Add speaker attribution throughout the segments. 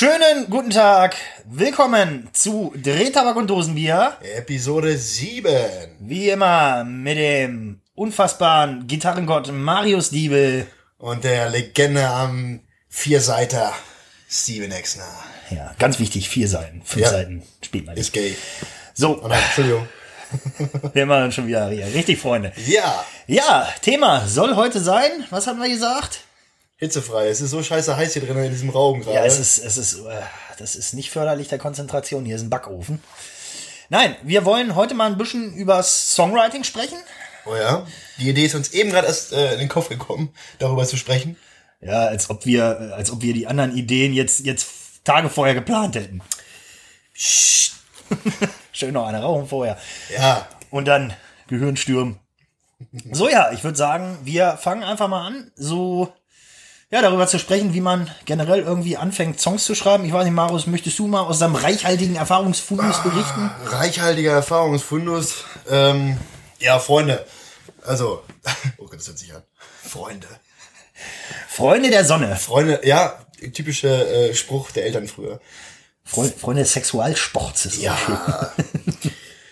Speaker 1: Schönen guten Tag. Willkommen zu Drehtabak und Dosenbier.
Speaker 2: Episode 7.
Speaker 1: Wie immer mit dem unfassbaren Gitarrengott Marius Diebel.
Speaker 2: Und der Legende am Vierseiter, Steven Exner.
Speaker 1: Ja, ganz wichtig, vier Seiten. Fünf
Speaker 2: Ja.
Speaker 1: Seiten spielt man nicht.
Speaker 2: Ist gay.
Speaker 1: So,
Speaker 2: Oh nein, Entschuldigung.
Speaker 1: wir machen schon wieder hier. Richtig, Freunde.
Speaker 2: Ja,
Speaker 1: Ja, Thema soll heute sein. Was hatten wir gesagt?
Speaker 2: hitzefrei. Es ist so scheiße heiß hier drin in diesem Raum gerade.
Speaker 1: Ja, es ist, es ist, äh, das ist nicht förderlich der Konzentration. Hier ist ein Backofen. Nein, wir wollen heute mal ein bisschen über Songwriting sprechen.
Speaker 2: Oh ja. Die Idee ist uns eben gerade erst äh, in den Kopf gekommen, darüber zu sprechen.
Speaker 1: Ja, als ob wir, äh, als ob wir die anderen Ideen jetzt, jetzt Tage vorher geplant hätten. Psst. Schön noch eine rauchen vorher.
Speaker 2: Ja.
Speaker 1: Und dann Gehirnstürmen. So ja, ich würde sagen, wir fangen einfach mal an, so ja, darüber zu sprechen, wie man generell irgendwie anfängt, Songs zu schreiben. Ich weiß nicht, Marius, möchtest du mal aus deinem reichhaltigen Erfahrungsfundus berichten?
Speaker 2: Reichhaltiger Erfahrungsfundus. Ähm, ja, Freunde. Also, oh Gott, das hört sich an. Freunde.
Speaker 1: Freunde der Sonne,
Speaker 2: Freunde, ja, typischer äh, Spruch der Eltern früher.
Speaker 1: Freund, Freunde des Sexualsports ist ja.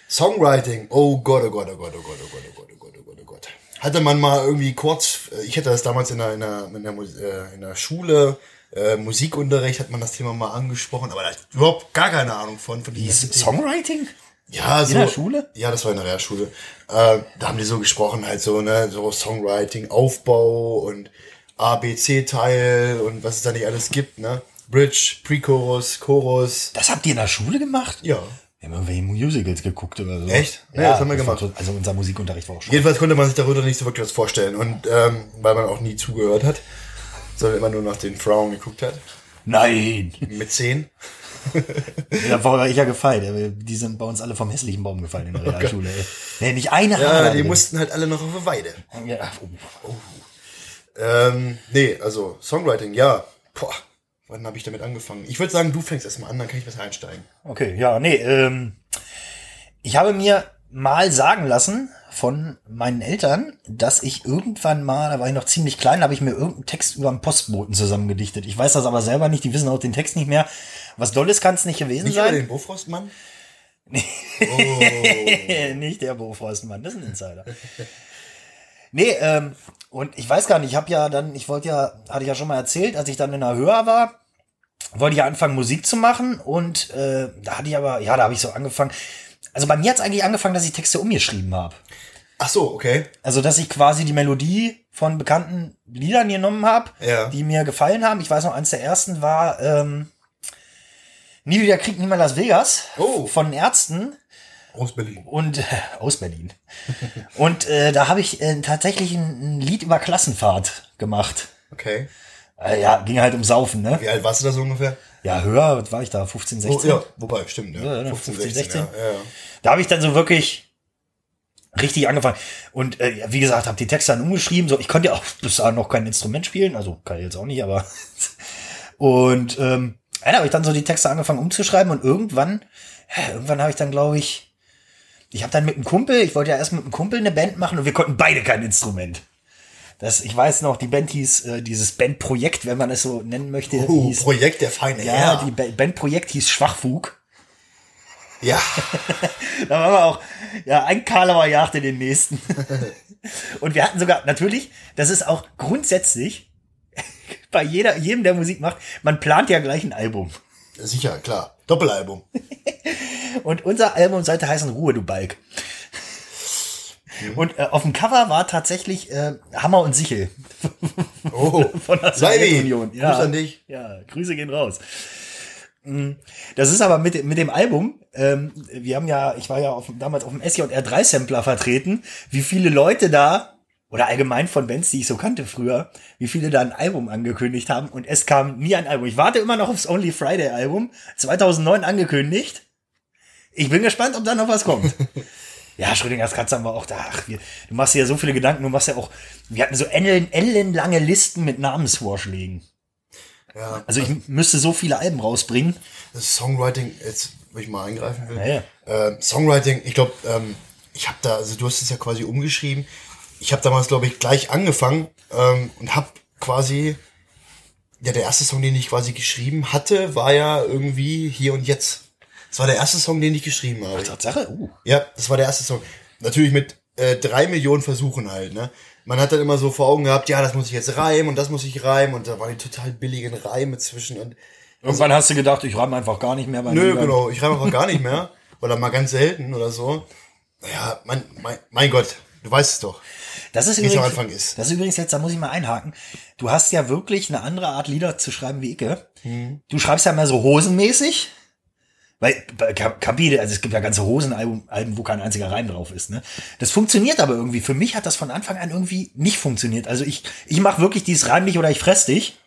Speaker 2: Songwriting. Oh Gott, oh Gott, oh Gott, oh Gott, oh Gott, oh Gott, oh Gott, oh Gott, oh Gott. Hatte man mal irgendwie kurz, äh, ich hatte das damals in der, in der, in der, Mus- äh, in der Schule, äh, Musikunterricht hat man das Thema mal angesprochen, aber da hatte ich überhaupt gar keine Ahnung von. von
Speaker 1: Ist
Speaker 2: diesem
Speaker 1: Songwriting?
Speaker 2: ja, so,
Speaker 1: der Schule?
Speaker 2: Ja, das war in der Realschule. Äh, da haben die so gesprochen, halt so, ne, so Songwriting, Aufbau und ABC-Teil und was es da nicht alles gibt, ne? Bridge, Pre-Chorus, Chorus.
Speaker 1: Das habt ihr in der Schule gemacht?
Speaker 2: Ja.
Speaker 1: Wir haben irgendwelche Musicals geguckt oder so.
Speaker 2: Echt?
Speaker 1: Ja,
Speaker 2: Ja, das haben wir
Speaker 1: war
Speaker 2: gemacht.
Speaker 1: tot- Also unser Musikunterricht war auch schon.
Speaker 2: Jedenfalls konnte man sich darunter nicht so wirklich was vorstellen und ähm, weil man auch nie zugehört hat, sondern immer nur nach den Frauen geguckt hat.
Speaker 1: Nein!
Speaker 2: Mit zehn.
Speaker 1: Da war ich ja gefallen. Die sind bei uns alle vom hässlichen Baum gefallen in der Realschule. ey. Nee, nicht eine
Speaker 2: Oh Ja, die
Speaker 1: Haare.
Speaker 2: mussten halt alle noch auf der Weide.
Speaker 1: Ja, oh.
Speaker 2: Ähm, nee, also Songwriting, ja. Boah, wann habe ich damit angefangen? Ich würde sagen, du fängst erstmal an, dann kann ich besser einsteigen.
Speaker 1: Okay, ja, nee. Ähm, ich habe mir mal sagen lassen von meinen Eltern, dass ich irgendwann mal, da war ich noch ziemlich klein, habe ich mir irgendeinen Text über einen Postboten zusammengedichtet. Ich weiß das aber selber nicht, die wissen auch den Text nicht mehr. Was Dolles kann es nicht gewesen
Speaker 2: Nicht über
Speaker 1: sein.
Speaker 2: den Oh. Bofrostmann?
Speaker 1: nicht der Bofrostmann, das ist ein Insider. Nee, ähm, und ich weiß gar nicht, ich habe ja dann, ich wollte ja, hatte ich ja schon mal erzählt, als ich dann in der Höher war, wollte ich ja anfangen, Musik zu machen und äh, da hatte ich aber, ja, da habe ich so angefangen. Also bei mir hat's eigentlich angefangen, dass ich Texte umgeschrieben habe.
Speaker 2: Ach so, okay.
Speaker 1: Also, dass ich quasi die Melodie von bekannten Liedern genommen habe,
Speaker 2: Ja.
Speaker 1: die mir gefallen haben. Ich weiß noch, eins der ersten war ähm, Nie wieder Krieg, nie mehr Las Vegas
Speaker 2: Oh.
Speaker 1: von Ärzten
Speaker 2: Aus Berlin.
Speaker 1: und äh, aus Berlin. und äh, da habe ich äh, tatsächlich ein, ein Lied über Klassenfahrt gemacht.
Speaker 2: Okay.
Speaker 1: Äh, ja, ging halt um Saufen, ne?
Speaker 2: Wie alt warst du da so ungefähr?
Speaker 1: Ja, höher was war ich da, 15, 16.
Speaker 2: ja, wobei, stimmt, ja.
Speaker 1: Ja, ja, 15, 16.
Speaker 2: Ja, ja.
Speaker 1: Da habe ich dann so wirklich richtig angefangen. Und äh, ja, wie gesagt, habe die Texte dann umgeschrieben. So, ich konnte ja auch bis dahin noch kein Instrument spielen, also kann ich jetzt auch nicht, aber. und ähm, ja, da habe ich dann so die Texte angefangen umzuschreiben und irgendwann, ja, irgendwann habe ich dann, glaube ich, ich habe dann mit einem Kumpel, ich wollte ja erst mit einem Kumpel eine Band machen und wir konnten beide kein Instrument. Das, ich weiß noch, die Band hieß, äh, dieses Bandprojekt, wenn man es so nennen möchte,
Speaker 2: Uh,
Speaker 1: hieß,
Speaker 2: Projekt der feine
Speaker 1: ja,
Speaker 2: Herr.
Speaker 1: die Ba- Bandprojekt hieß Schwachfug.
Speaker 2: Ja.
Speaker 1: Da waren wir auch, ja, ein Karlauer jagte den nächsten. Und wir hatten sogar, natürlich, das ist auch grundsätzlich bei jeder, jedem, der Musik macht, man plant ja gleich ein Album.
Speaker 2: Sicher, klar. Doppelalbum.
Speaker 1: Und unser Album sollte heißen Ruhe, du Balk. Und äh, auf dem Cover war tatsächlich äh, Hammer und Sichel
Speaker 2: Oh,
Speaker 1: von der
Speaker 2: Leibi,
Speaker 1: Sowjetunion. Ja,
Speaker 2: Grüß an dich.
Speaker 1: Ja, Grüße gehen raus. Mm, Das ist aber mit, dem- mit dem Album, ähm, wir haben ja, ich war ja auf, dem- damals auf dem SJR3-Sampler vertreten, wie viele Leute da, oder allgemein von Bands, die ich so kannte früher, wie viele da ein Album angekündigt haben und es kam nie ein Album. Ich warte immer noch aufs Only Friday Album, 2009 angekündigt. Ich bin gespannt, ob da noch was kommt. Ja, Schrödingers Katze haben wir auch da. Ach, wir, du machst dir ja so viele Gedanken, du machst ja auch, wir hatten so ellen, ellenlange Listen mit Namensvorschlägen.
Speaker 2: Ja.
Speaker 1: Also ich müsste so viele Alben rausbringen.
Speaker 2: Das Songwriting, jetzt, wo ich mal eingreifen will.
Speaker 1: Ja, ja.
Speaker 2: Ähm, Songwriting, ich glaube, ähm, ich habe da, also du hast es ja quasi umgeschrieben. Ich habe damals, glaube ich, gleich angefangen ähm, und habe quasi ja, der erste Song, den ich quasi geschrieben hatte, war ja irgendwie hier und jetzt. Das war der erste Song, den ich geschrieben habe.
Speaker 1: Tatsache, uh.
Speaker 2: Ja, das war der erste Song. Natürlich mit äh, drei Millionen Versuchen halt, ne? Man hat dann immer so vor Augen gehabt, ja, das muss ich jetzt reimen und das muss ich reimen und da waren die total billigen Reime zwischen und
Speaker 1: Irgendwann hast du gedacht, ich reime einfach gar nicht mehr bei
Speaker 2: nö,
Speaker 1: mir.
Speaker 2: genau, ich reime einfach gar nicht mehr oder mal ganz selten oder so. Ja, mein, mein, mein Gott, du weißt es doch.
Speaker 1: Das ist,
Speaker 2: Wie es
Speaker 1: übrigens,
Speaker 2: am Anfang ist.
Speaker 1: das ist übrigens jetzt, da muss ich mal einhaken. Du hast ja wirklich eine andere Art Lieder zu schreiben wie Icke. Du schreibst ja mehr so hosenmäßig. Weil bei Ka- Kabide, also es gibt ja ganze Hosenalben, Alben, wo kein einziger Reim drauf ist. Ne? Das funktioniert aber irgendwie. Für mich hat das von Anfang an irgendwie nicht funktioniert. Also ich, ich mache wirklich dieses Reim dich oder ich fress dich.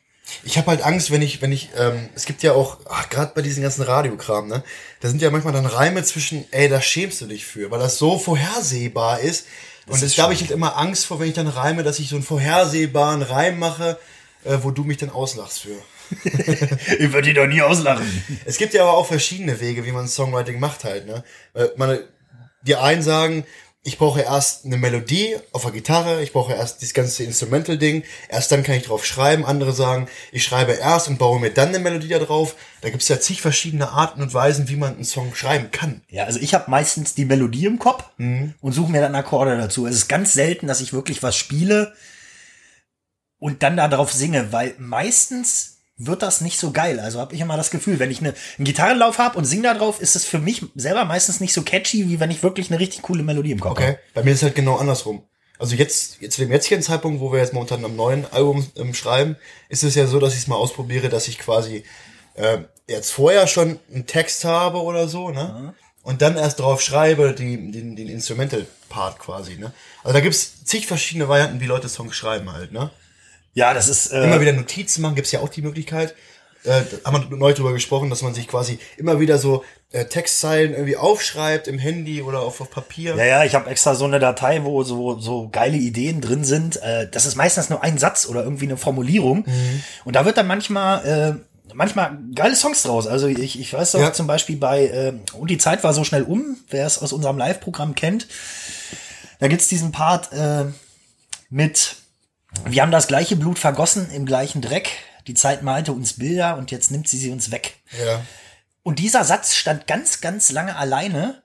Speaker 2: Ich habe halt Angst, wenn ich, wenn ich, ähm, es gibt ja auch, ach, gerade bei diesem ganzen Radiokram, ne, da sind ja manchmal dann Reime zwischen, ey, da schämst du dich für, weil das so vorhersehbar ist. und das, da habe ich halt immer Angst vor, wenn ich dann reime, dass ich so einen vorhersehbaren Reim mache, äh, wo du mich dann auslachst für.
Speaker 1: Ich würde dich doch nie auslachen.
Speaker 2: Es gibt ja aber auch verschiedene Wege, wie man Songwriting macht halt, ne? Weil Man, die einen sagen, ich brauche erst eine Melodie auf der Gitarre, ich brauche erst dieses ganze Instrumental-Ding, erst dann kann ich drauf schreiben. Andere sagen, ich schreibe erst und baue mir dann eine Melodie da drauf. Da gibt's ja zig verschiedene Arten und Weisen, wie man einen Song schreiben kann.
Speaker 1: Ja, also ich habe meistens die Melodie im Kopf
Speaker 2: Mhm.
Speaker 1: und suche mir dann Akkorde dazu. Es ist ganz selten, dass ich wirklich was spiele und dann darauf singe, weil meistens wird das nicht so geil. Also habe ich immer das Gefühl, wenn ich eine, einen Gitarrenlauf habe und singe da drauf, ist es für mich selber meistens nicht so catchy, wie wenn ich wirklich eine richtig coole Melodie im Kopf
Speaker 2: Okay. Bei mir ist es halt genau andersrum. Also jetzt, jetzt zu dem jetzigen Zeitpunkt, wo wir jetzt momentan am neuen Album ähm, schreiben, ist es ja so, dass ich es mal ausprobiere, dass ich quasi ähm, jetzt vorher schon einen Text habe oder so, ne? Und dann erst drauf schreibe, die, den, den Instrumental-Part quasi, ne? Also da gibt's zig verschiedene Varianten, wie Leute Songs schreiben halt, ne?
Speaker 1: habe. Ja, das ist äh,
Speaker 2: Immer wieder Notizen machen, gibt's ja auch die Möglichkeit. Äh, da haben wir neu drüber gesprochen, dass man sich quasi immer wieder so äh, Textzeilen irgendwie aufschreibt im Handy oder auf, auf Papier.
Speaker 1: Ja, ja, ich habe extra so eine Datei, wo so, so geile Ideen drin sind. Äh, das ist meistens nur ein Satz oder irgendwie eine Formulierung. Und da wird dann manchmal, äh, manchmal geile Songs draus. Also ich, ich weiß auch
Speaker 2: Ja.
Speaker 1: zum Beispiel bei äh, Und die Zeit war so schnell um, wer es aus unserem Live-Programm kennt, da gibt's diesen Part äh, mit Wir haben das gleiche Blut vergossen im gleichen Dreck. Die Zeit malte uns Bilder und jetzt nimmt sie sie uns weg.
Speaker 2: ja.
Speaker 1: Und dieser Satz stand ganz, ganz lange alleine.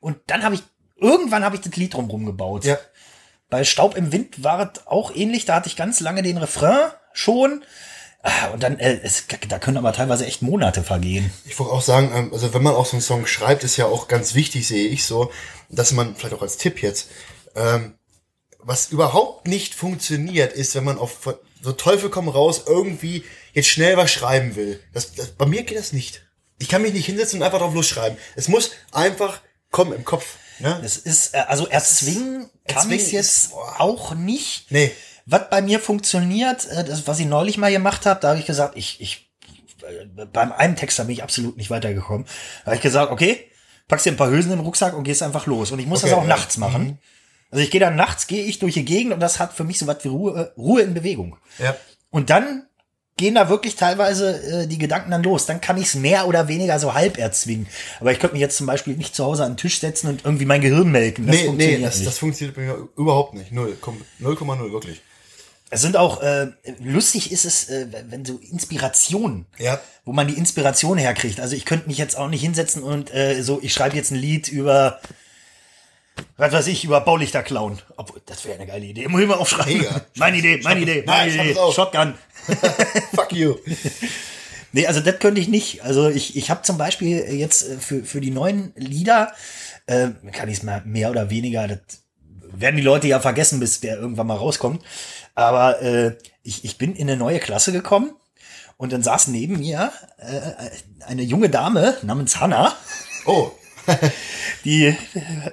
Speaker 1: Und dann habe ich, irgendwann habe ich das Lied drumherum gebaut.
Speaker 2: Ja.
Speaker 1: Bei Staub im Wind war es auch ähnlich. Da hatte ich ganz lange den Refrain schon. Ah, Und dann, äh, es, da können aber teilweise echt Monate vergehen.
Speaker 2: Ich wollte auch sagen, ähm, also wenn man auch so einen Song schreibt, ist ja auch ganz wichtig, sehe ich so, dass man, vielleicht auch als Tipp jetzt, ähm, was überhaupt nicht funktioniert, ist, wenn man auf so Teufel komm raus irgendwie jetzt schnell was schreiben will. Das, das, bei mir geht das nicht. Ich kann mich nicht hinsetzen und einfach drauf losschreiben. Es muss einfach kommen im Kopf. Ne?
Speaker 1: Es ist, äh, also erzwingen kann
Speaker 2: Erzwingen
Speaker 1: ich jetzt
Speaker 2: ist- boah.
Speaker 1: auch nicht.
Speaker 2: Nee.
Speaker 1: Was bei mir funktioniert, äh, das, was ich neulich mal gemacht habe, da habe ich gesagt, ich, ich, äh, beim einen Text da bin ich absolut nicht weitergekommen. Da habe ich gesagt, okay, packst dir ein paar Hülsen in den Rucksack und gehst einfach los. Und ich muss
Speaker 2: Okay,
Speaker 1: das auch
Speaker 2: ja. Mhm.
Speaker 1: nachts machen. Also ich gehe dann nachts, gehe ich durch die Gegend und das hat für mich so was wie Ruhe, äh, Ruhe in Bewegung.
Speaker 2: Ja.
Speaker 1: Und dann gehen da wirklich teilweise äh, die Gedanken dann los. Dann kann ich es mehr oder weniger so halb erzwingen. Aber ich könnte mich jetzt zum Beispiel nicht zu Hause an den Tisch setzen und irgendwie mein Gehirn melken. Das
Speaker 2: nee, nee,
Speaker 1: funktioniert
Speaker 2: das,
Speaker 1: nicht.
Speaker 2: das funktioniert bei mir überhaupt nicht. Null. Komm, 0,0, wirklich.
Speaker 1: Es sind auch, äh, lustig ist es, äh, wenn so Inspirationen,
Speaker 2: Ja.
Speaker 1: wo man die Inspiration herkriegt. Also ich könnte mich jetzt auch nicht hinsetzen und äh, so, ich schreibe jetzt ein Lied über, was weiß ich, über Baulichter klauen. Obwohl, das wäre eine geile Idee. Muss ich mal aufschreiben.
Speaker 2: Mega.
Speaker 1: Meine Idee, meine
Speaker 2: Schreib-
Speaker 1: Idee,
Speaker 2: Nein,
Speaker 1: meine
Speaker 2: schreib
Speaker 1: Idee.
Speaker 2: es auf.
Speaker 1: Shotgun.
Speaker 2: Fuck you.
Speaker 1: Nee, also das könnte ich nicht. Also ich, ich habe zum Beispiel jetzt äh, für, für die neuen Lieder, äh, kann ich es mal mehr oder weniger, das werden die Leute ja vergessen, bis der irgendwann mal rauskommt. Aber äh, ich, ich bin in eine neue Klasse gekommen und dann saß neben mir äh, eine junge Dame namens Hannah,
Speaker 2: Oh.
Speaker 1: die äh,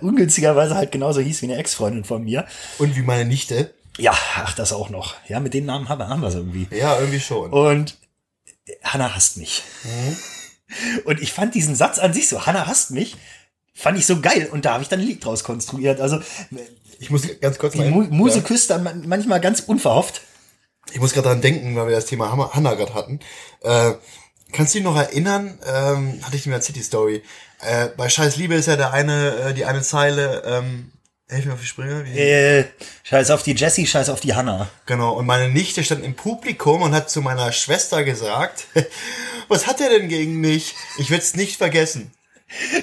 Speaker 1: ungünstigerweise halt genauso hieß wie eine Ex-Freundin von mir.
Speaker 2: Und wie meine Nichte.
Speaker 1: Ja, ach, das auch noch. Ja, mit dem Namen haben wir haben wir's irgendwie.
Speaker 2: Ja, irgendwie schon.
Speaker 1: Und Hannah hasst mich.
Speaker 2: Mhm.
Speaker 1: Und ich fand diesen Satz an sich so, Hannah hasst mich, fand ich so geil. Und da habe ich dann ein Lied draus konstruiert. Also
Speaker 2: Ich muss ganz kurz
Speaker 1: die
Speaker 2: mal.
Speaker 1: Mu Muse
Speaker 2: Ja.
Speaker 1: küsst dann man- manchmal ganz unverhofft.
Speaker 2: Ich muss gerade dran denken, weil wir das Thema Hammer- Hanna gerade hatten. Äh, kannst du dich noch erinnern? Ähm, hatte ich mir erzählt die Story. Äh, bei Scheiß Liebe ist ja der eine, äh, die eine Zeile. Ähm, Helf mir auf die Sprünge. Wie-
Speaker 1: Äh, scheiß auf die Jessie, scheiß auf die Hanna.
Speaker 2: Genau, und meine Nichte stand im Publikum und hat zu meiner Schwester gesagt, was hat er denn gegen mich? Ich werde es nicht vergessen.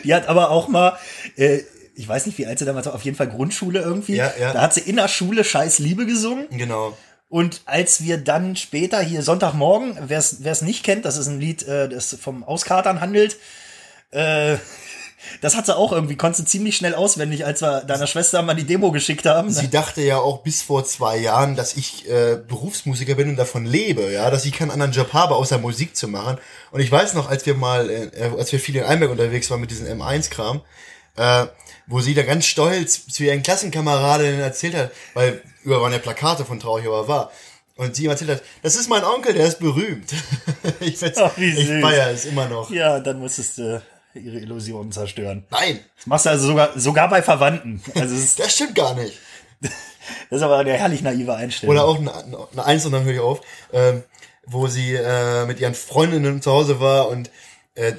Speaker 1: Die hat aber auch mal, äh, ich weiß nicht, wie alt sie damals war, auf jeden Fall Grundschule irgendwie.
Speaker 2: Ja, ja.
Speaker 1: Da hat sie in der Schule Scheiß Liebe gesungen.
Speaker 2: Genau.
Speaker 1: Und als wir dann später hier Sonntagmorgen, wer es nicht kennt, das ist ein Lied, äh, das vom Auskatern handelt. Äh, das hat sie auch irgendwie, konnte sie ziemlich schnell auswendig, als wir deiner Schwester mal die Demo geschickt haben.
Speaker 2: Sie dachte ja auch bis vor zwei Jahren, dass ich äh, Berufsmusiker bin und davon lebe, ja, dass ich keinen anderen Job habe, außer Musik zu machen. Und ich weiß noch, als wir mal, äh, als wir viel in Einberg unterwegs waren mit diesem M1-Kram, äh, wo sie da ganz stolz zu ihren Klassenkameradinnen erzählt hat, weil überall waren ja Plakate von Traurig aber war. Und sie ihm erzählt hat, das ist mein Onkel, der ist berühmt. ich find's,
Speaker 1: Ach, wie
Speaker 2: ich
Speaker 1: süß.
Speaker 2: feier es immer noch.
Speaker 1: Ja, dann musstest du ihre Illusionen zerstören.
Speaker 2: Nein,
Speaker 1: Das machst du also sogar, sogar bei Verwandten. Also es ist,
Speaker 2: das stimmt gar nicht.
Speaker 1: das ist aber eine herrlich naive Einstellung.
Speaker 2: Oder auch eine, eine Eins und dann höre ich auf, ähm, wo sie äh, mit ihren Freundinnen zu Hause war und äh,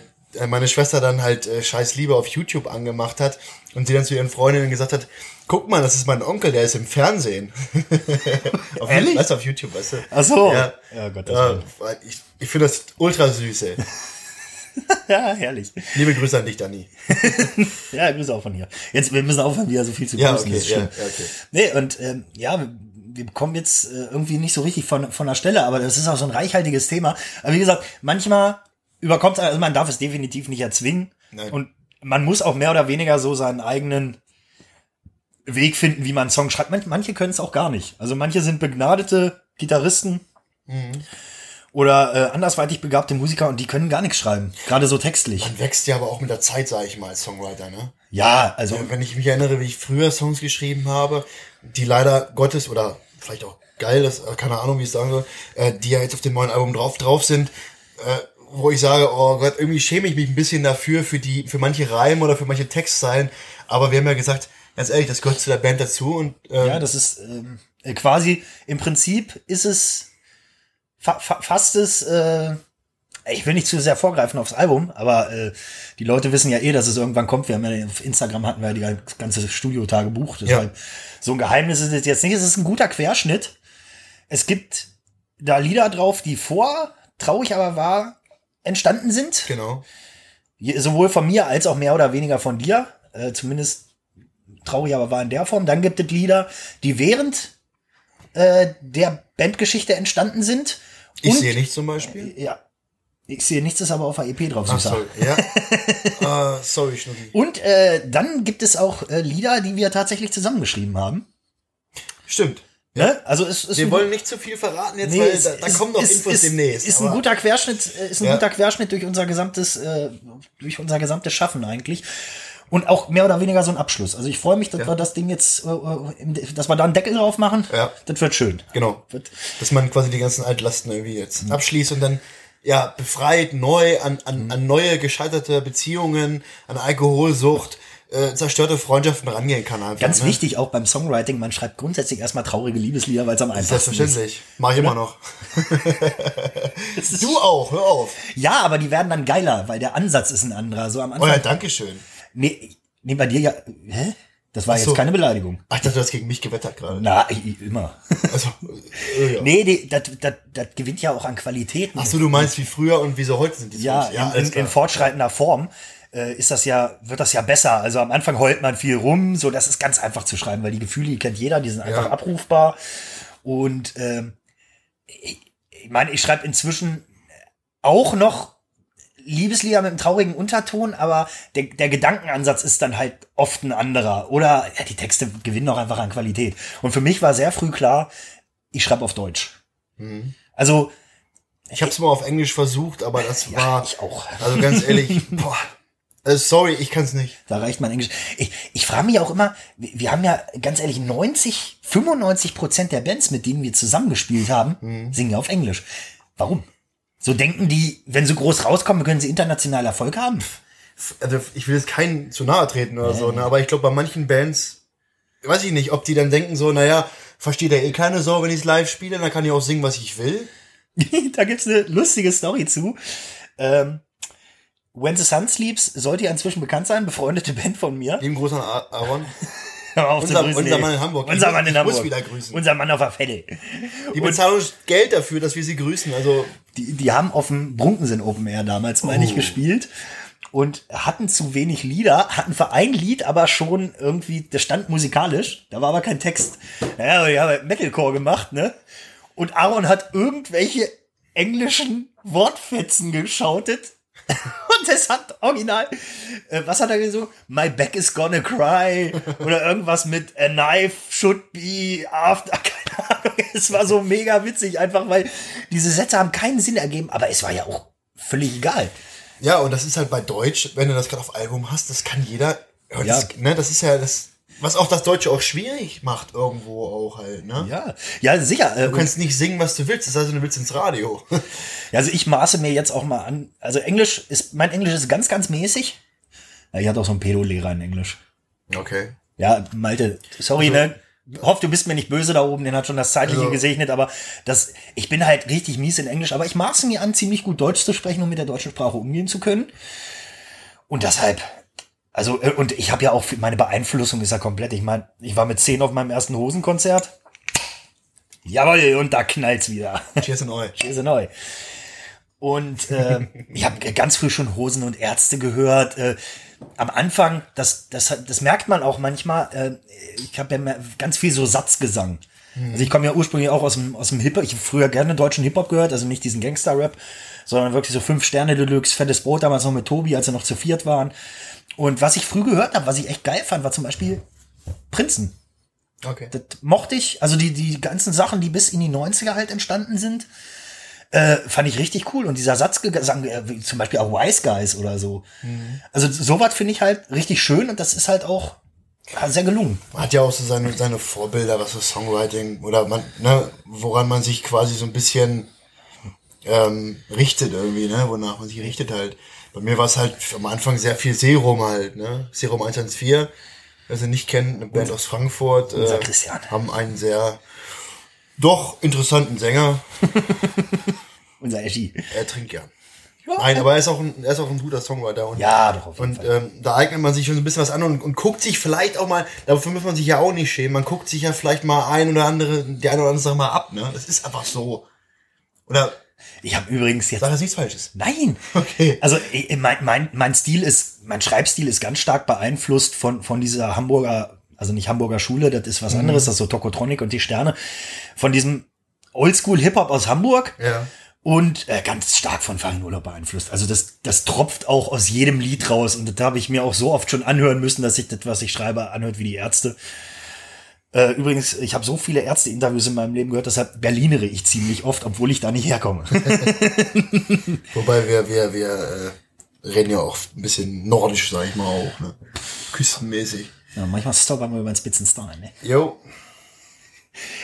Speaker 2: meine Schwester dann halt äh, Scheiß Liebe auf YouTube angemacht hat und sie dann zu ihren Freundinnen gesagt hat, guck mal, das ist mein Onkel, der ist im Fernsehen. auf,
Speaker 1: Ehrlich?
Speaker 2: Weißt du, auf YouTube, weißt du?
Speaker 1: Ach so.
Speaker 2: Ja,
Speaker 1: Ja, Gottes
Speaker 2: ja, ich, ich finde das ultra süß, ey.
Speaker 1: ja, herrlich.
Speaker 2: Liebe Grüße an dich, Dani.
Speaker 1: Ja, Grüße auch von hier. Jetzt, wir müssen aufhören, wieder so viel zu
Speaker 2: Ja,
Speaker 1: grüßen.
Speaker 2: okay,
Speaker 1: das ist schlimm.
Speaker 2: ja, ja, okay.
Speaker 1: Nee, und ähm, ja, wir, wir kommen jetzt äh, irgendwie nicht so richtig von, von der Stelle, aber das ist auch so ein reichhaltiges Thema. Aber wie gesagt, manchmal überkommt es, einen, also man darf es definitiv nicht erzwingen.
Speaker 2: Nein.
Speaker 1: Und man muss auch mehr oder weniger so seinen eigenen Weg finden, wie man einen Song schreibt. Man, manche können es auch gar nicht. Also manche sind begnadete Gitarristen
Speaker 2: Mhm.
Speaker 1: oder äh, andersweitig begabte Musiker und die können gar nichts schreiben. Gerade so textlich.
Speaker 2: Man wächst ja aber auch mit der Zeit, sage ich mal, als Songwriter, ne?
Speaker 1: Ja, also
Speaker 2: Ja, wenn ich mich erinnere, wie ich früher Songs geschrieben habe, die leider Gottes oder vielleicht auch geil, das, äh, keine Ahnung, wie ich es sagen soll, äh, die ja jetzt auf dem neuen Album drauf drauf sind, äh, wo ich sage, oh Gott, irgendwie schäme ich mich ein bisschen dafür, für die, für manche Reime oder für manche Textzeilen. Aber wir haben ja gesagt, ganz ehrlich, das gehört zu der Band dazu und ähm,
Speaker 1: Ja, das ist ähm, äh, quasi, im Prinzip ist es fa fa fast es, äh, ich will nicht zu sehr vorgreifen aufs Album, aber äh, die Leute wissen ja eh, dass es irgendwann kommt. Wir haben ja auf Instagram hatten wir ja die ganze Studiotagebuch. Deshalb so ein Geheimnis ist es jetzt nicht. Es ist ein guter Querschnitt. Es gibt da Lieder drauf, die vor, traurig aber wahr, entstanden sind.
Speaker 2: genau.
Speaker 1: Je- sowohl von mir als auch mehr oder weniger von dir, äh, zumindest traurig, aber war in der Form. Dann gibt es Lieder, die während äh, der Bandgeschichte entstanden sind.
Speaker 2: Ich
Speaker 1: Und- Äh,
Speaker 2: sehe nicht zum Beispiel.
Speaker 1: Ja. Ich sehe nichts, ist aber auf der EP drauf.
Speaker 2: Ach,
Speaker 1: Süßer.
Speaker 2: sorry. Ja. äh, sorry, Schnucki.
Speaker 1: Und äh, dann gibt es auch äh, Lieder, die wir tatsächlich zusammengeschrieben haben.
Speaker 2: Stimmt.
Speaker 1: Ne? Also es ist
Speaker 2: Wir
Speaker 1: ein-
Speaker 2: wollen nicht zu viel verraten jetzt,
Speaker 1: Nee,
Speaker 2: weil
Speaker 1: es
Speaker 2: da, da
Speaker 1: ist-
Speaker 2: kommen noch
Speaker 1: ist-
Speaker 2: Infos
Speaker 1: ist,
Speaker 2: demnächst.
Speaker 1: Ist ein
Speaker 2: aber-
Speaker 1: guter Querschnitt, äh, ist ein
Speaker 2: Ja.
Speaker 1: guter Querschnitt durch unser gesamtes, äh, durch unser gesamtes Schaffen eigentlich. Und auch mehr oder weniger so ein Abschluss. Also ich freue mich, dass wir das Ding jetzt, äh, äh, im- dass wir da einen Deckel drauf machen.
Speaker 2: Ja.
Speaker 1: Das wird schön.
Speaker 2: Genau.
Speaker 1: Wird- Mhm.
Speaker 2: Dass man quasi die ganzen Altlasten irgendwie jetzt abschließt und dann ja befreit, neu an, an, an neue gescheiterte Beziehungen, an Alkoholsucht, äh, zerstörte Freundschaften rangehen kann einfach.
Speaker 1: Ganz
Speaker 2: ne?
Speaker 1: wichtig auch beim Songwriting, man schreibt grundsätzlich erstmal traurige Liebeslieder, weil es am einfachsten ist.
Speaker 2: Selbstverständlich. Mach ich immer noch. du auch, hör auf.
Speaker 1: Ja, aber die werden dann geiler, weil der Ansatz ist ein anderer. So am
Speaker 2: Oh
Speaker 1: Anfang.
Speaker 2: ja, Dankeschön.
Speaker 1: Nee, nee, bei dir ja. Hä? Das war
Speaker 2: so.
Speaker 1: jetzt keine Beleidigung.
Speaker 2: Ach, dass du das gegen mich gewettert gerade.
Speaker 1: Na, i- i- immer.
Speaker 2: Also, äh, ja.
Speaker 1: Nee, nee, das, das, das gewinnt ja auch an Qualität.
Speaker 2: Ach so, du meinst wie früher und wie so heute sind die
Speaker 1: ja,
Speaker 2: Songs. ja
Speaker 1: in,
Speaker 2: alles
Speaker 1: in, in
Speaker 2: klar.
Speaker 1: fortschreitender Form äh, ist das ja, wird das ja besser. Also am Anfang heult man viel rum, so das ist ganz einfach zu schreiben, weil die Gefühle, die kennt jeder, die sind einfach
Speaker 2: Ja.
Speaker 1: abrufbar. Und ähm, ich, ich meine, ich schreibe inzwischen auch noch Liebeslieder mit einem traurigen Unterton, aber der, der Gedankenansatz ist dann halt oft ein anderer. Oder ja, die Texte gewinnen auch einfach an Qualität. Und für mich war sehr früh klar, ich schreibe auf Deutsch.
Speaker 2: Mhm.
Speaker 1: Also,
Speaker 2: Ich hab's mal auf Englisch versucht, aber das war.
Speaker 1: ich auch.
Speaker 2: Also ganz ehrlich, boah. Äh, sorry, ich kann's nicht.
Speaker 1: Da reicht mein Englisch. Ich, ich frage mich auch immer, wir, wir haben ja ganz ehrlich 90, 95 Prozent der Bands, mit denen wir zusammengespielt haben, singen ja auf Englisch. Warum? So denken die, wenn sie groß rauskommen, können sie international Erfolg haben.
Speaker 2: also ich will jetzt keinen zu nahe treten oder so, ne? aber ich glaube, bei manchen Bands, weiß ich nicht, ob die dann denken so, naja, versteht ja eh keine Sau, wenn ich es live spiele, dann kann ich auch singen, was ich will.
Speaker 1: da gibt's eine lustige Story zu. Ähm, When the Sun Sleeps sollte ja inzwischen bekannt sein, befreundete Band von mir.
Speaker 2: Lieben Gruß an Aaron.
Speaker 1: Hör auf zu
Speaker 2: Unser-
Speaker 1: grüßen,
Speaker 2: unser
Speaker 1: ey.
Speaker 2: Mann in Hamburg.
Speaker 1: Unser
Speaker 2: Ich
Speaker 1: Mann in
Speaker 2: muss
Speaker 1: Hamburg.
Speaker 2: wieder grüßen.
Speaker 1: Unser Mann auf der Felle.
Speaker 2: Die
Speaker 1: Und
Speaker 2: bezahlen uns Geld dafür, dass wir sie grüßen. Also
Speaker 1: die, die haben auf dem Brunkensinn Open Air damals, meine ich,
Speaker 2: Oh.
Speaker 1: gespielt und hatten zu wenig Lieder, hatten für ein Lied aber schon irgendwie, das stand musikalisch, da war aber kein Text. Naja, aber die haben halt Metalcore gemacht, ne? Und Aaron hat irgendwelche englischen Wortfetzen geschautet. Und es hat original, äh, was hat er gesungen? My back is gonna cry. Oder irgendwas mit a knife should be after. Keine Ahnung. Es war so mega witzig, einfach weil diese Sätze haben keinen Sinn ergeben, aber es war ja auch völlig egal.
Speaker 2: Ja, und das ist halt bei Deutsch, wenn du das gerade auf Album hast, das kann jeder. Ja. Das, ne, das ist ja das, was auch das Deutsche auch schwierig macht irgendwo auch halt, ne?
Speaker 1: Ja, ja, sicher. äh,
Speaker 2: Du kannst nicht singen, was du willst, das heißt, du willst ins Radio.
Speaker 1: Ja, also ich maße mir jetzt auch mal an. Also Englisch ist, mein Englisch ist ganz, ganz mäßig. Ja, Ich hatte auch so einen Pedo-Lehrer in Englisch.
Speaker 2: Okay.
Speaker 1: Ja, Malte, sorry, ne? Hoff, du bist mir nicht böse da oben, den hat schon das Zeitliche
Speaker 2: Also-
Speaker 1: gesegnet, aber das, ich bin halt richtig mies in Englisch, aber ich maße mir an, ziemlich gut Deutsch zu sprechen, um mit der deutschen Sprache umgehen zu können. Und deshalb, also, äh, und ich habe ja auch, viel- meine Beeinflussung ist ja komplett. Ich meine, ich war mit zehn auf meinem ersten Hosenkonzert. Jawohl, und da knallt's wieder.
Speaker 2: Cheers an euch.
Speaker 1: Käse neu. Und äh, ich habe ganz früh schon Hosen und Ärzte gehört. Äh, am Anfang, das, das, das merkt man auch manchmal, äh, ich habe ja mehr- ganz viel so Satzgesang. Also ich komme ja ursprünglich auch aus dem, aus dem Hip-Hop. Ich habe früher gerne deutschen Hip-Hop gehört, also nicht diesen Gangster-Rap, sondern wirklich so fünf Sterne Deluxe, fettes Brot damals noch mit Tobi, als wir noch zu viert waren. Und was ich früh gehört habe, was ich echt geil fand, war zum Beispiel Prinzen
Speaker 2: Okay.
Speaker 1: das mochte ich. Also die, die ganzen Sachen, die bis in die 90er halt entstanden sind, äh, fand ich richtig cool. Und dieser Satzgesang, äh, wie zum Beispiel auch Wise Guys oder so.
Speaker 2: Mhm.
Speaker 1: Also sowas finde ich halt richtig schön und das ist halt auch ja, sehr gelungen.
Speaker 2: Man hat ja auch so seine, seine Vorbilder, was so Songwriting oder man, ne, woran man sich quasi so ein bisschen ähm, richtet irgendwie, ne, wonach man sich richtet halt. Bei mir war es halt am Anfang sehr viel Serum halt, ne? Serum 114, wer sie nicht kennt, eine Band aus Frankfurt. äh,
Speaker 1: unser Christian.
Speaker 2: Haben einen sehr doch interessanten Sänger.
Speaker 1: Unser Eschi.
Speaker 2: Er trinkt gern.
Speaker 1: Ja.
Speaker 2: Nein, aber er ist auch ein, er ist auch ein guter Songwriter. Und
Speaker 1: Ja, doch, auf jeden
Speaker 2: Und ähm, da eignet man sich schon so ein bisschen was an und, und guckt sich vielleicht auch mal, dafür muss man sich ja auch nicht schämen, man guckt sich ja vielleicht mal ein oder andere, die eine oder andere Sache mal ab, ne? Das ist einfach so. Oder
Speaker 1: Ich habe übrigens jetzt
Speaker 2: äh, sag das nichts Falsches.
Speaker 1: Nein.
Speaker 2: Okay.
Speaker 1: Also äh, mein, mein, mein Stil ist, mein Schreibstil ist ganz stark beeinflusst von, von dieser Hamburger, also nicht Hamburger Schule, das ist was
Speaker 2: Mhm.
Speaker 1: anderes, das ist so Tokotronic und die Sterne, von diesem Oldschool-Hip-Hop aus Hamburg
Speaker 2: Ja.
Speaker 1: und äh, ganz stark von Farinurlaub beeinflusst. Also das, das tropft auch aus jedem Lied raus und das habe ich mir auch so oft schon anhören müssen, dass sich das, was ich schreibe, anhört wie die Ärzte. Äh, übrigens, ich habe so viele Ärzte-Interviews in meinem Leben gehört, deshalb berlinere ich ziemlich oft, obwohl ich da nicht herkomme.
Speaker 2: Wobei wir, wir, wir äh, reden ja auch ein bisschen nordisch, sag ich mal auch, ne? Küstenmäßig.
Speaker 1: Ja, manchmal stoppern wir über den spitzen Star, ne?
Speaker 2: Jo.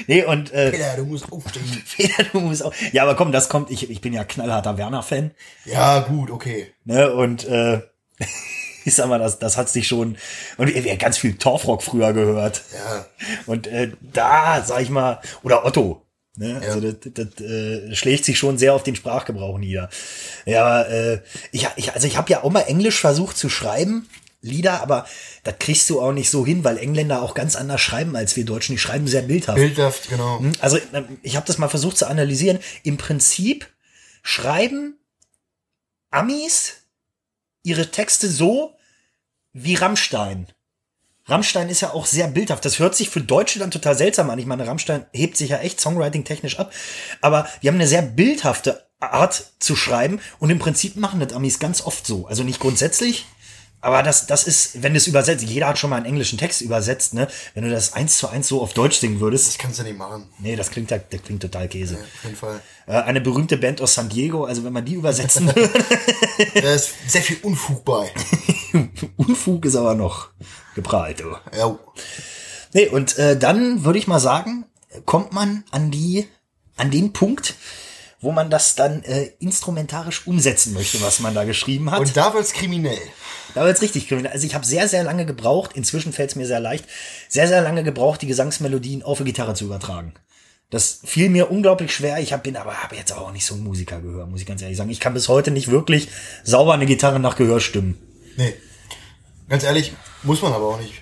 Speaker 1: Nee, und äh,
Speaker 2: Peter, du musst aufstehen.
Speaker 1: Peter, du musst auch. Ja, aber komm, das kommt. Ich, ich bin ja knallharter Werner-Fan.
Speaker 2: Ja, gut, okay.
Speaker 1: Ne? Und äh, ich sag mal, das, das hat sich schon. Und wir wir haben ganz viel Torfrock früher gehört.
Speaker 2: Ja.
Speaker 1: Und äh, da, sag ich mal, oder Otto. Ne? Also das, das äh, schlägt sich schon sehr auf den Sprachgebrauch nieder. Ja, aber äh, ich, ich, also ich habe ja auch mal Englisch versucht zu schreiben, Lieder, aber das kriegst du auch nicht so hin, weil Engländer auch ganz anders schreiben als wir Deutschen. Die schreiben sehr bildhaft.
Speaker 2: Bildhaft, genau.
Speaker 1: Also ähm, ich habe das mal versucht zu analysieren. Im Prinzip schreiben Amis ihre Texte so wie Rammstein. Rammstein ist ja auch sehr bildhaft. Das hört sich für Deutsche dann total seltsam an. Ich meine, Rammstein hebt sich ja echt songwriting-technisch ab. Aber die haben eine sehr bildhafte Art zu schreiben. Und im Prinzip machen das Amis ganz oft so. Also nicht grundsätzlich. Aber das, das ist, wenn du es übersetzt, jeder hat schon mal einen englischen Text übersetzt, ne? Wenn du das eins zu eins so auf Deutsch singen würdest,
Speaker 2: Das kannst du nicht machen.
Speaker 1: Nee, das klingt, ja- das klingt total Käse.
Speaker 2: Ja, auf jeden Fall.
Speaker 1: Äh, eine berühmte Band aus San Diego, also wenn man die übersetzen würde,
Speaker 2: Da ist sehr viel Unfug bei.
Speaker 1: Unfug ist aber noch geprahlt. du.
Speaker 2: Ja.
Speaker 1: Nee, und äh, dann würde ich mal sagen, kommt man an die, an den Punkt, wo man das dann äh, instrumentarisch umsetzen möchte, was man da geschrieben hat.
Speaker 2: Und da wird's kriminell.
Speaker 1: Da wird's richtig kriminell. Also ich habe sehr, sehr lange gebraucht, inzwischen fällt's mir sehr leicht, sehr, sehr lange gebraucht, die Gesangsmelodien auf die Gitarre zu übertragen. Das fiel mir unglaublich schwer. Ich hab, bin aber hab jetzt auch nicht so ein Musikergehör, muss ich ganz ehrlich sagen. Ich kann bis heute nicht wirklich sauber eine Gitarre nach Gehör stimmen.
Speaker 2: Nee. Ganz ehrlich, muss man aber auch nicht.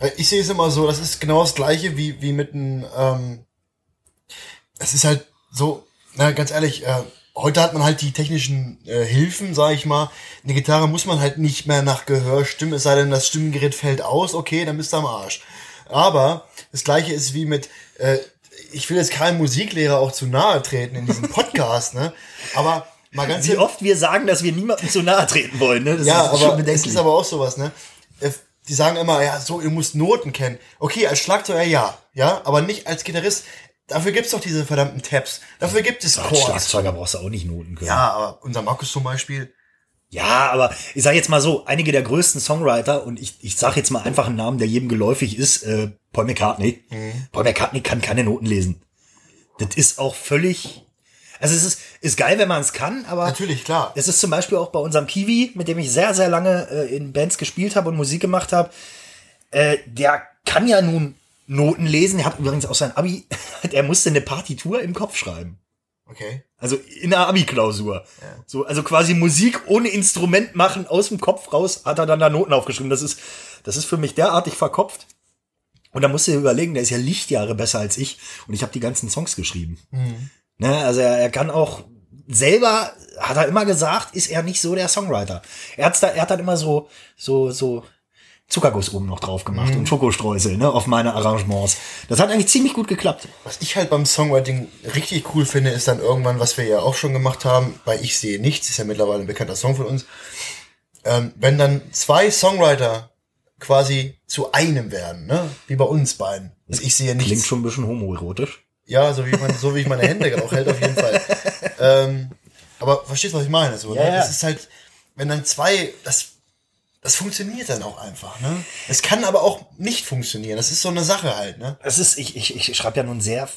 Speaker 2: Äh, Ich sehe es immer so, das ist genau das gleiche wie, wie mit einem, ähm, es ist halt so, na, ganz ehrlich, äh, heute hat man halt die technischen äh, Hilfen, sage ich mal. Eine Gitarre muss man halt nicht mehr nach Gehör stimmen, es sei denn, das Stimmengerät fällt aus, okay, dann bist du am Arsch. Aber das gleiche ist wie mit, äh, ich will jetzt keinem Musiklehrer auch zu nahe treten in diesem Podcast, ne? Aber mal ganz
Speaker 1: Wie oft wir sagen, dass wir niemandem zu nahe treten wollen, ne? Das
Speaker 2: ja,
Speaker 1: ist schon
Speaker 2: aber es
Speaker 1: bedenklich.
Speaker 2: ist aber auch sowas, ne? Äh, Die sagen immer, ja, so, ihr müsst Noten kennen. Okay, als Schlagzeuger ja, ja, aber nicht als Gitarrist. Dafür gibt's doch diese verdammten Tabs. Dafür gibt es
Speaker 1: Als
Speaker 2: Chords.
Speaker 1: Schlagzeuger brauchst du auch nicht Noten können.
Speaker 2: Ja, aber unser Markus zum Beispiel,
Speaker 1: Ja, aber ich sage jetzt mal so, einige der größten Songwriter, und ich, ich sage jetzt mal einfach einen Namen, der jedem geläufig ist, äh, Paul McCartney. Paul McCartney kann keine Noten lesen. Das ist auch völlig. Also es ist, ist geil, wenn man es kann, aber
Speaker 2: natürlich, klar.
Speaker 1: es ist zum Beispiel auch bei unserem Kiwi, mit dem ich sehr, sehr lange äh, in Bands gespielt habe und Musik gemacht habe, äh, der kann ja nun Noten lesen. Er hat übrigens auch sein Abi, der musste eine Partitur im Kopf schreiben.
Speaker 2: Okay.
Speaker 1: Also in der Abi-Klausur. So, also quasi Musik ohne Instrument machen, aus dem Kopf raus, hat er dann da Noten aufgeschrieben. Das ist, das ist für mich derartig verkopft. Und da musst du dir überlegen, der ist ja Lichtjahre besser als ich. Und ich habe die ganzen Songs geschrieben.
Speaker 2: Hm.
Speaker 1: Ne, also er, er kann auch selber, hat er immer gesagt, ist er nicht so der Songwriter. Er, hat's da, er hat dann immer so, so, so Zuckerguss oben noch drauf gemacht und Schokostreusel, ne, auf meine Arrangements. Das hat eigentlich ziemlich gut geklappt.
Speaker 2: Was ich halt beim Songwriting richtig cool finde, ist dann irgendwann, was wir ja auch schon gemacht haben, bei Ich sehe nichts, ist ja mittlerweile ein bekannter Song von uns, ähm, wenn dann zwei Songwriter quasi zu einem werden, ne? Wie bei uns beiden. Das Ich sehe nichts.
Speaker 1: Klingt schon ein bisschen homoerotisch.
Speaker 2: Ja, so wie, man, so wie ich meine Hände gerade auch hält, auf jeden Fall. ähm, aber verstehst du, was ich meine? So,
Speaker 1: Ja,
Speaker 2: ne?
Speaker 1: ja.
Speaker 2: Das ist halt, wenn dann zwei, das, das funktioniert dann auch einfach. Ne? Es kann aber auch nicht funktionieren. Das ist so eine Sache halt. Ne?
Speaker 1: Es ist, ich, ich, ich schreibe ja nun sehr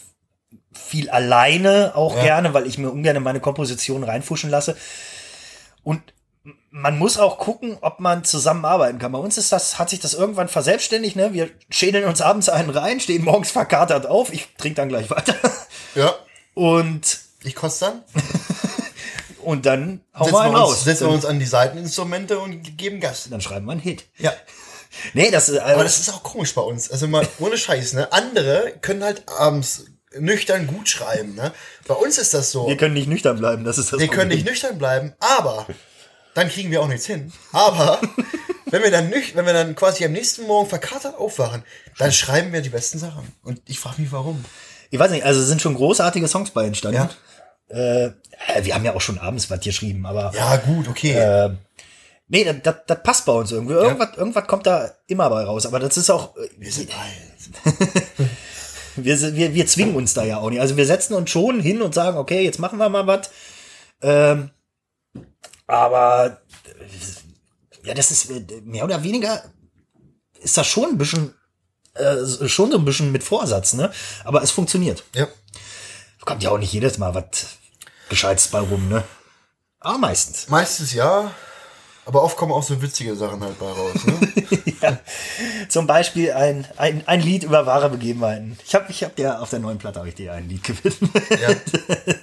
Speaker 1: viel alleine auch
Speaker 2: Ja.
Speaker 1: gerne, weil ich mir ungern in meine Komposition reinfuschen lasse. Und man muss auch gucken, ob man zusammenarbeiten kann. Bei uns ist das, hat sich das irgendwann verselbstständigt, ne? Wir schädeln uns abends einen rein, stehen morgens verkatert auf. Ich trinke dann gleich weiter.
Speaker 2: Ja.
Speaker 1: Und,
Speaker 2: Ich kotze dann.
Speaker 1: und dann hauen wir
Speaker 2: setzen,
Speaker 1: einen
Speaker 2: wir uns,
Speaker 1: raus.
Speaker 2: setzen wir uns an die Seiteninstrumente und geben Gas.
Speaker 1: Dann schreiben wir einen Hit.
Speaker 2: Ja.
Speaker 1: Nee, das äh, also, ist,
Speaker 2: Aber das ist auch komisch bei uns. Also mal ohne Scheiß. Ne? Andere können halt abends nüchtern gut schreiben. Ne? Bei uns ist das so.
Speaker 1: wir können nicht nüchtern bleiben. Das ist das
Speaker 2: Wir können
Speaker 1: Problem.
Speaker 2: nicht nüchtern bleiben, aber dann kriegen wir auch nichts hin. Aber wenn wir dann nüch wenn wir dann quasi am nächsten Morgen verkatert aufwachen, dann schreiben wir die besten Sachen. Und ich frage mich warum.
Speaker 1: Ich weiß nicht, also es sind schon großartige Songs bei entstanden.
Speaker 2: Ja.
Speaker 1: Äh, äh, wir haben ja auch schon abends was geschrieben, aber
Speaker 2: Ja, gut, okay.
Speaker 1: nee, das, das, das passt bei uns irgendwie. Irgendwas, irgendwas kommt da immer bei raus. Aber das ist auch,
Speaker 2: wir sind alt.
Speaker 1: wir, sind- wir, wir zwingen uns da ja auch nicht. Also wir setzen uns schon hin und sagen, okay, jetzt machen wir mal was. Ähm, aber äh, ja, das ist äh, mehr oder weniger ist das schon ein bisschen, äh, schon so ein bisschen mit Vorsatz, ne? Aber es funktioniert.
Speaker 2: Ja.
Speaker 1: Kommt ja auch nicht jedes Mal was Gescheites bei rum, ne? Aber meistens.
Speaker 2: Meistens ja, aber oft kommen auch so witzige Sachen halt bei raus. Ne?
Speaker 1: ja. Zum Beispiel ein, ein, ein Lied über wahre Begebenheiten. Ich habe ich hab dir auf der neuen Platte habe ich dir ein Lied gewidmet.
Speaker 2: ja.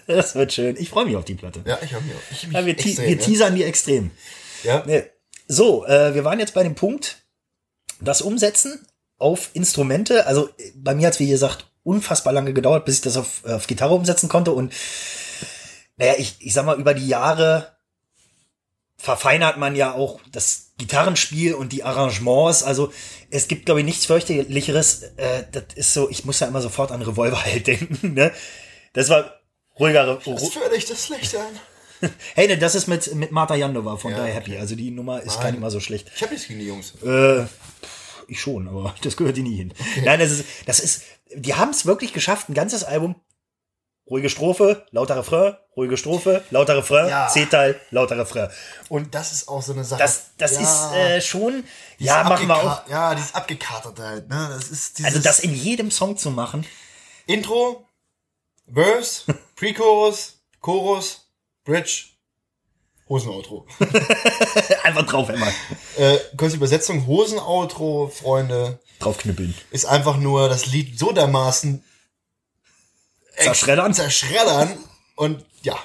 Speaker 1: das wird schön. Ich freue mich auf die Platte.
Speaker 2: ja, ich habe mich, auch- ich hab mich
Speaker 1: Ja, wir, te
Speaker 2: extrem,
Speaker 1: wir
Speaker 2: ne?
Speaker 1: teasern die extrem.
Speaker 2: ja.
Speaker 1: Nee. So, äh, wir waren jetzt bei dem Punkt, das Umsetzen auf Instrumente. Also äh, bei mir hat es, wie gesagt, unfassbar lange gedauert, bis ich das auf, äh, auf Gitarre umsetzen konnte. Und naja, ich, ich sag mal, über die Jahre verfeinert man ja auch das Gitarrenspiel und die Arrangements. Also es gibt, glaube ich, nichts fürchterlicheres. Äh, das ist so, ich muss ja immer sofort an Revolverheld denken. Ne? Das war ruhigere,
Speaker 2: Das führt euch das Licht an.
Speaker 1: Hey, ne, das ist mit, mit Marta Jandova von
Speaker 2: Ja,
Speaker 1: Die Happy. Also die Nummer ist
Speaker 2: Mann.
Speaker 1: gar nicht mal so schlecht.
Speaker 2: Ich habe nichts gegen die Jungs.
Speaker 1: Äh, pff, ich schon, aber das gehört die nie hin. Nein, das ist, das ist, die haben es wirklich geschafft, ein ganzes Album. Ruhige Strophe, lauter Refrain, ruhige Strophe, lauter Refrain,
Speaker 2: Ja.
Speaker 1: C-Teil, lauter Refrain. Und
Speaker 2: Und das ist auch so eine Sache.
Speaker 1: das, das
Speaker 2: Ja,
Speaker 1: ist äh, schon,
Speaker 2: die ist
Speaker 1: ja, machen wir auch.
Speaker 2: abgeka- Ja, die ist abgekatert halt. Ne? Das ist dieses
Speaker 1: Also das in jedem Song zu machen,
Speaker 2: Intro, Verse, Pre-Chorus, Chorus, Bridge, Hosenoutro.
Speaker 1: einfach drauf immer
Speaker 2: äh, kurze Übersetzung, Hosenoutro, Freunde,
Speaker 1: draufknüppeln.
Speaker 2: ist einfach nur das Lied so dermaßen
Speaker 1: Zerschreddern,
Speaker 2: zerschreddern und ja,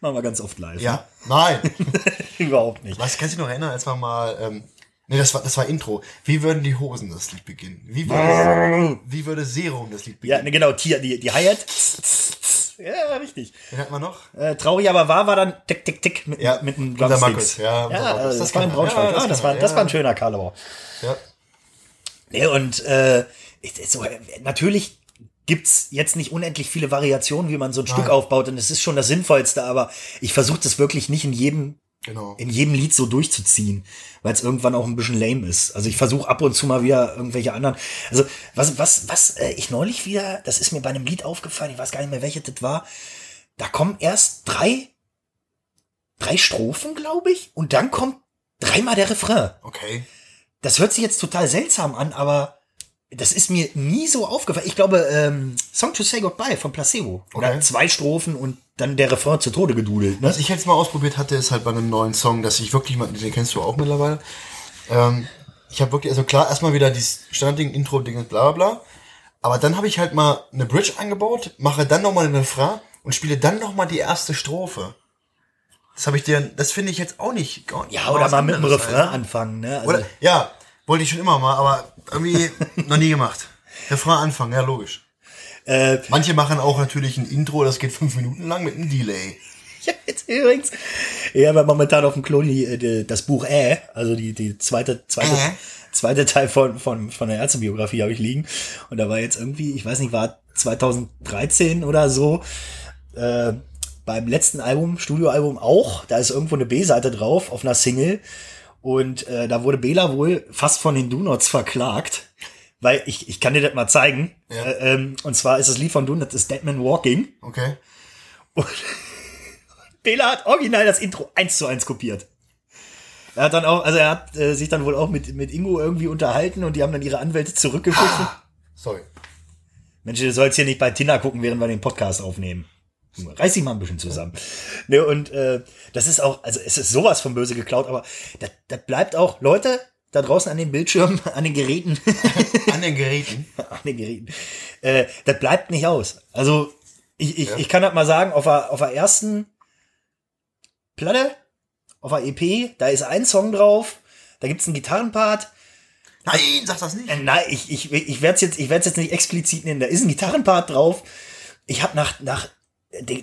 Speaker 1: machen wir ganz oft live.
Speaker 2: ja, nein.
Speaker 1: Überhaupt nicht.
Speaker 2: Was kannst du dich noch erinnern, als wir mal ähm, Nee, das war, das war Intro. Wie würden die Hosen das Lied beginnen? Wie würde, wie würde Serum das Lied
Speaker 1: Ja,
Speaker 2: beginnen?
Speaker 1: ne, genau, die, die, die Hi-Hat. Ja, richtig.
Speaker 2: Wen hat man noch?
Speaker 1: Äh, traurig aber wahr war dann tick, tick, tick mit,
Speaker 2: Ja,
Speaker 1: mit einem
Speaker 2: unser
Speaker 1: Drumsticks.
Speaker 2: Markus, ja, unser
Speaker 1: ja
Speaker 2: Markus,
Speaker 1: äh,
Speaker 2: das
Speaker 1: das
Speaker 2: kann
Speaker 1: war in
Speaker 2: man.
Speaker 1: Braunschweig.
Speaker 2: Ja, das
Speaker 1: Ja, das,
Speaker 2: kann
Speaker 1: war,
Speaker 2: man,
Speaker 1: das war ein
Speaker 2: ja.
Speaker 1: schöner Karlauer.
Speaker 2: Ja.
Speaker 1: Nee, und äh, ich- so, äh, natürlich gibt's jetzt nicht unendlich viele Variationen, wie man so ein Stück aufbaut, und es ist schon das Sinnvollste, aber ich versuche das wirklich nicht in jedem
Speaker 2: Genau.
Speaker 1: in jedem Lied so durchzuziehen, weil es irgendwann auch ein bisschen lame ist. Also ich versuche ab und zu mal wieder irgendwelche anderen. Also was, was, was äh, ich neulich wieder, das ist mir bei einem Lied aufgefallen, ich weiß gar nicht mehr, welches das war. Da kommen erst drei, drei Strophen, glaube ich, und dann kommt dreimal der Refrain.
Speaker 2: Okay.
Speaker 1: Das hört sich jetzt total seltsam an, aber das ist mir nie so aufgefallen. Ich glaube, ähm, Song to Say Goodbye von Placebo. Oder
Speaker 2: Okay.
Speaker 1: zwei Strophen und dann der Refrain zu Tode gedudelt. Ne?
Speaker 2: Was ich jetzt mal ausprobiert hatte, ist halt bei einem neuen Song, dass ich wirklich mal, den kennst du auch mittlerweile. Ähm, ich habe wirklich, also klar, erstmal wieder dieses Standardding, Intro, Ding, bla bla bla. Aber dann habe ich halt mal eine Bridge angebaut, mache dann nochmal den Refrain und spiele dann nochmal die erste Strophe. Das habe ich dir, das finde ich jetzt auch nicht. Gar nicht
Speaker 1: Ja, oder
Speaker 2: Oh, was
Speaker 1: mal mit dem
Speaker 2: anderes,
Speaker 1: Refrain
Speaker 2: Alter.
Speaker 1: anfangen. Ne? Also,
Speaker 2: Oder, ja, wollte ich schon immer mal, aber irgendwie noch nie gemacht. Refrain anfangen, ja, logisch.
Speaker 1: Äh,
Speaker 2: Manche machen auch natürlich ein Intro, das geht fünf Minuten lang mit einem Delay.
Speaker 1: Ich habe jetzt übrigens, ich habe momentan auf dem Klo die, äh, die, das Buch Äh, also die, die zweite, zweite,
Speaker 2: Äh.
Speaker 1: zweite Teil von, von, von der Ärztebiografie habe ich liegen. Und da war jetzt irgendwie, ich weiß nicht, war 2013 oder so, äh, beim letzten Album, Studioalbum auch, da ist irgendwo eine B-Seite drauf auf einer Single. Und äh, da wurde Bela wohl fast von den Donuts verklagt, weil ich, ich kann dir das mal zeigen.
Speaker 2: Ja.
Speaker 1: Äh, ähm, und zwar ist das Lied von Donuts, das ist Dead Man Walking.
Speaker 2: Okay.
Speaker 1: Bela hat original das Intro eins zu eins kopiert. Er hat dann auch, also er hat äh, sich dann wohl auch mit, mit Ingo irgendwie unterhalten und die haben dann ihre Anwälte zurückgeschickt.
Speaker 2: Sorry.
Speaker 1: Mensch, du sollst hier nicht bei Tinder gucken, während wir den Podcast aufnehmen. Reiß dich mal ein bisschen zusammen. Ne, und äh, das ist auch, also es ist sowas von böse geklaut, aber das, das bleibt auch, Leute, da draußen an den Bildschirmen, an den Geräten,
Speaker 2: An den Geräten.
Speaker 1: an den Geräten. Äh, das bleibt nicht aus. Also, ich, ich, ich kann halt mal sagen, auf der, auf der ersten Platte, auf der EP, da ist ein Song drauf, da gibt's einen Gitarrenpart.
Speaker 2: Nein, sag das nicht.
Speaker 1: Äh, Nein, ich, ich, ich werde es jetzt, ich werd's jetzt nicht explizit nennen, da ist ein Gitarrenpart drauf. Ich habe nach, nach,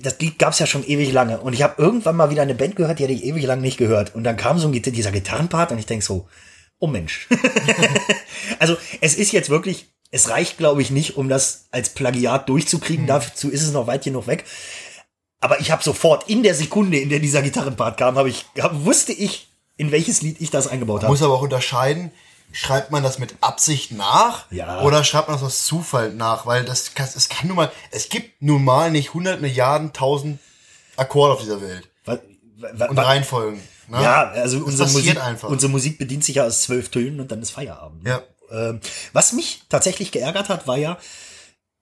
Speaker 1: das Lied gab's ja schon ewig lange und ich habe irgendwann mal wieder eine Band gehört, die hatte ich ewig lang nicht gehört. Und dann kam so ein, Git- dieser Gitarrenpart und ich denk so, oh Mensch. Also es ist jetzt wirklich, es reicht, glaube ich, nicht, um das als Plagiat durchzukriegen.
Speaker 2: Hm.
Speaker 1: Dazu ist es noch weit genug weg. Aber ich habe sofort in der Sekunde, in der dieser Gitarrenpart kam, habe ich, hab, wusste ich, in welches Lied ich das eingebaut habe.
Speaker 2: Muss aber auch unterscheiden, schreibt man das mit Absicht nach
Speaker 1: Ja.
Speaker 2: oder schreibt man das aus Zufall nach? Weil das kann, es kann nun mal, es gibt nun mal nicht 100 Milliarden, 1000 Akkorde auf dieser Welt
Speaker 1: Wa- wa-
Speaker 2: und
Speaker 1: wa-
Speaker 2: Reihenfolgen. Ne?
Speaker 1: Ja, also
Speaker 2: Das
Speaker 1: unsere
Speaker 2: passiert
Speaker 1: Musik,
Speaker 2: einfach.
Speaker 1: unsere Musik bedient sich ja aus zwölf Tönen und dann ist Feierabend. ne?
Speaker 2: Ja.
Speaker 1: Ähm, was mich tatsächlich geärgert hat, war ja,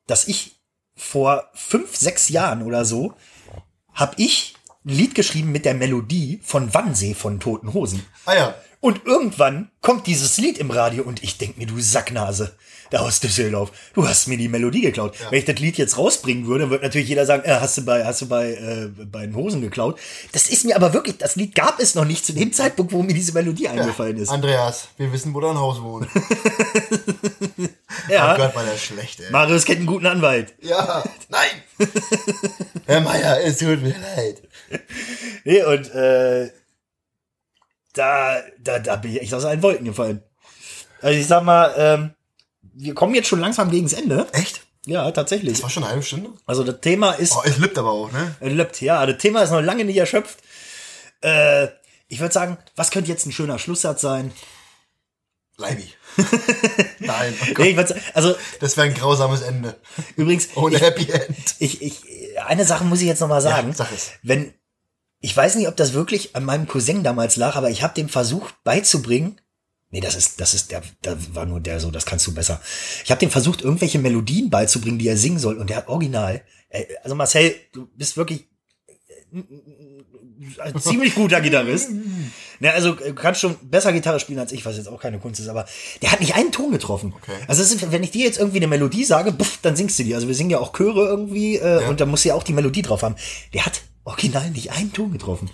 Speaker 1: dass ich vor fünf, sechs Jahren oder so habe ich ein Lied geschrieben mit der Melodie von Wannsee von Toten Hosen.
Speaker 2: ah ja,
Speaker 1: Und irgendwann kommt dieses Lied im Radio und ich denk mir, du Sacknase, da aus Düsseldorf, du hast mir die Melodie geklaut. Wenn ich das Lied jetzt rausbringen würde, wird natürlich jeder sagen, äh, hast du bei, hast du bei, äh, bei den Hosen geklaut. Das ist mir aber wirklich, das Lied gab es noch nicht zu dem Zeitpunkt, wo mir diese Melodie eingefallen
Speaker 2: Ah,
Speaker 1: ist.
Speaker 2: Andreas, wir wissen, wo dein Haus wohnt.
Speaker 1: Ja.
Speaker 2: Oh Gott, war der schlecht, ey.
Speaker 1: Marius kennt einen guten Anwalt.
Speaker 2: Ja, nein! Herr Meier, es tut mir leid.
Speaker 1: Nee, und äh, da, da, da bin ich echt aus allen Wolken gefallen. Also ich sag mal, ähm, wir kommen jetzt schon langsam gegens Ende.
Speaker 2: Echt?
Speaker 1: Ja,
Speaker 2: Das
Speaker 1: tatsächlich.
Speaker 2: war schon eine halbe Stunde?
Speaker 1: Also das Thema ist
Speaker 2: Oh, es lippt aber auch, ne?
Speaker 1: Erlöbt, ja. Das Thema ist noch lange nicht erschöpft. Äh, ich würde sagen, was könnte jetzt ein schöner Schlusssatz sein?
Speaker 2: Leibi. nein, oh
Speaker 1: Nee,
Speaker 2: Gott,
Speaker 1: ich würd sa- also
Speaker 2: das wäre ein grausames Ende.
Speaker 1: übrigens,
Speaker 2: Ohne Happy End.
Speaker 1: ich, ich, eine Sache muss ich jetzt noch mal sagen.
Speaker 2: sag es.
Speaker 1: Wenn, ich weiß nicht, ob das wirklich an meinem Cousin damals lag, aber ich habe dem versucht beizubringen, Nee, das ist, das ist, der, da war nur der so, das kannst du besser. Ich habe dem versucht, irgendwelche Melodien beizubringen, die er singen soll, und der hat original. äh, Also Marcel, du bist wirklich äh, ein ziemlich guter Gitarrist. Ne, also äh, du kannst schon besser Gitarre spielen als ich, was jetzt auch keine Kunst ist, aber der hat nicht einen Ton getroffen.
Speaker 2: Okay.
Speaker 1: Also es ist, wenn ich dir jetzt irgendwie eine Melodie sage, buff, dann singst du die. Also wir singen ja auch Chöre irgendwie äh, und da muss ja auch die Melodie drauf haben. Der hat original nicht einen Ton getroffen.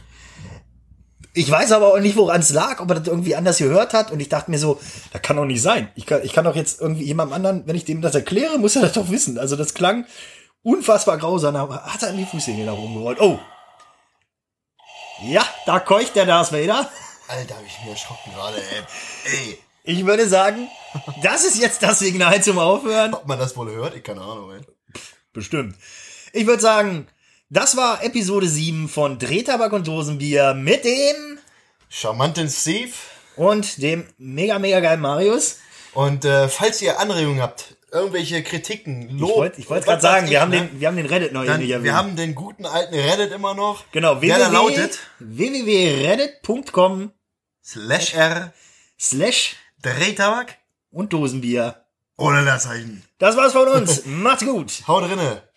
Speaker 1: Ich weiß aber auch nicht, woran es lag, ob er das irgendwie anders gehört hat. Und ich dachte mir so, das kann doch nicht sein. Ich kann, ich kann doch jetzt irgendwie jemandem anderen, wenn ich dem das erkläre, muss er das doch wissen. Also das klang unfassbar grausam. Er Hat er an die Fußnägel nach oben gerollt. Oh. Ja, da keucht der Darth Vader.
Speaker 2: Alter, hab ich mir erschrocken gerade, ey. Ey,
Speaker 1: Ich würde sagen, das ist jetzt das Signal zum Aufhören.
Speaker 2: ob man das wohl hört, ich keine Ahnung, ey.
Speaker 1: Bestimmt. Ich würde sagen, das war Episode 7 von Drehtabak und Dosenbier mit dem
Speaker 2: Charmanten Steve.
Speaker 1: und dem mega, mega geilen Marius.
Speaker 2: Und äh, falls ihr Anregungen habt, irgendwelche Kritiken, Lob.
Speaker 1: Ich wollte ich wollte gerade
Speaker 2: was
Speaker 1: sagen,
Speaker 2: weiß
Speaker 1: wir,
Speaker 2: ich,
Speaker 1: haben
Speaker 2: ne?
Speaker 1: den, wir haben den Reddit neu
Speaker 2: Dann,
Speaker 1: nicht
Speaker 2: wir
Speaker 1: erwähnt.
Speaker 2: haben den guten alten Reddit immer noch.
Speaker 1: genau,
Speaker 2: Der da lautet
Speaker 1: www.reddit.com
Speaker 2: slash r
Speaker 1: slash
Speaker 2: Drehtabak
Speaker 1: und Dosenbier.
Speaker 2: ohne Leerzeichen.
Speaker 1: Das war's von uns. Macht's gut.
Speaker 2: Hau drinne.